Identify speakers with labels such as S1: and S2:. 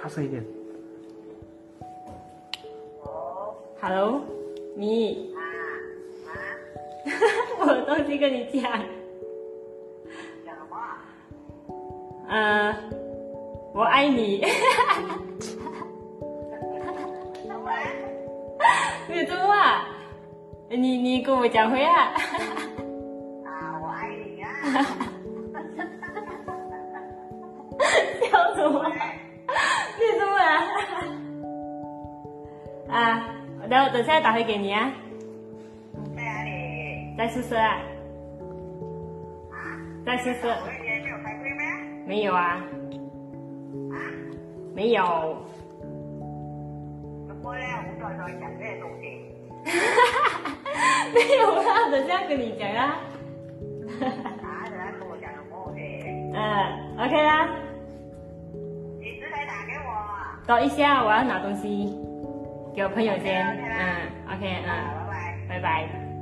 S1: 가서 얘기해.
S2: Hello，你， 我东西跟你讲，
S3: 讲什么啊？
S2: 呃，我爱你，
S3: 什么玩意儿？
S2: 你多啊，你你跟我讲回啊，
S3: 啊，我爱你啊！
S2: 笑死我了，你多啊，啊，等我等下打回给你啊，
S3: 在哪里？
S2: 在宿舍啊，在宿舍
S3: 我也没有开会呗？
S2: 没有啊，没有。
S3: 怎么嘞？我早上讲这些东西。
S2: 没有啦，等下跟你讲啦。
S3: 啊，在那跟我讲什么东西？
S2: 嗯，OK 啦，
S3: 你直接打给我。啊
S2: 等一下我要拿东西给我朋友先。
S3: OK，OK 啦
S2: 嗯，OK，嗯，
S3: 好，拜
S2: 拜
S3: 拜。
S2: 拜。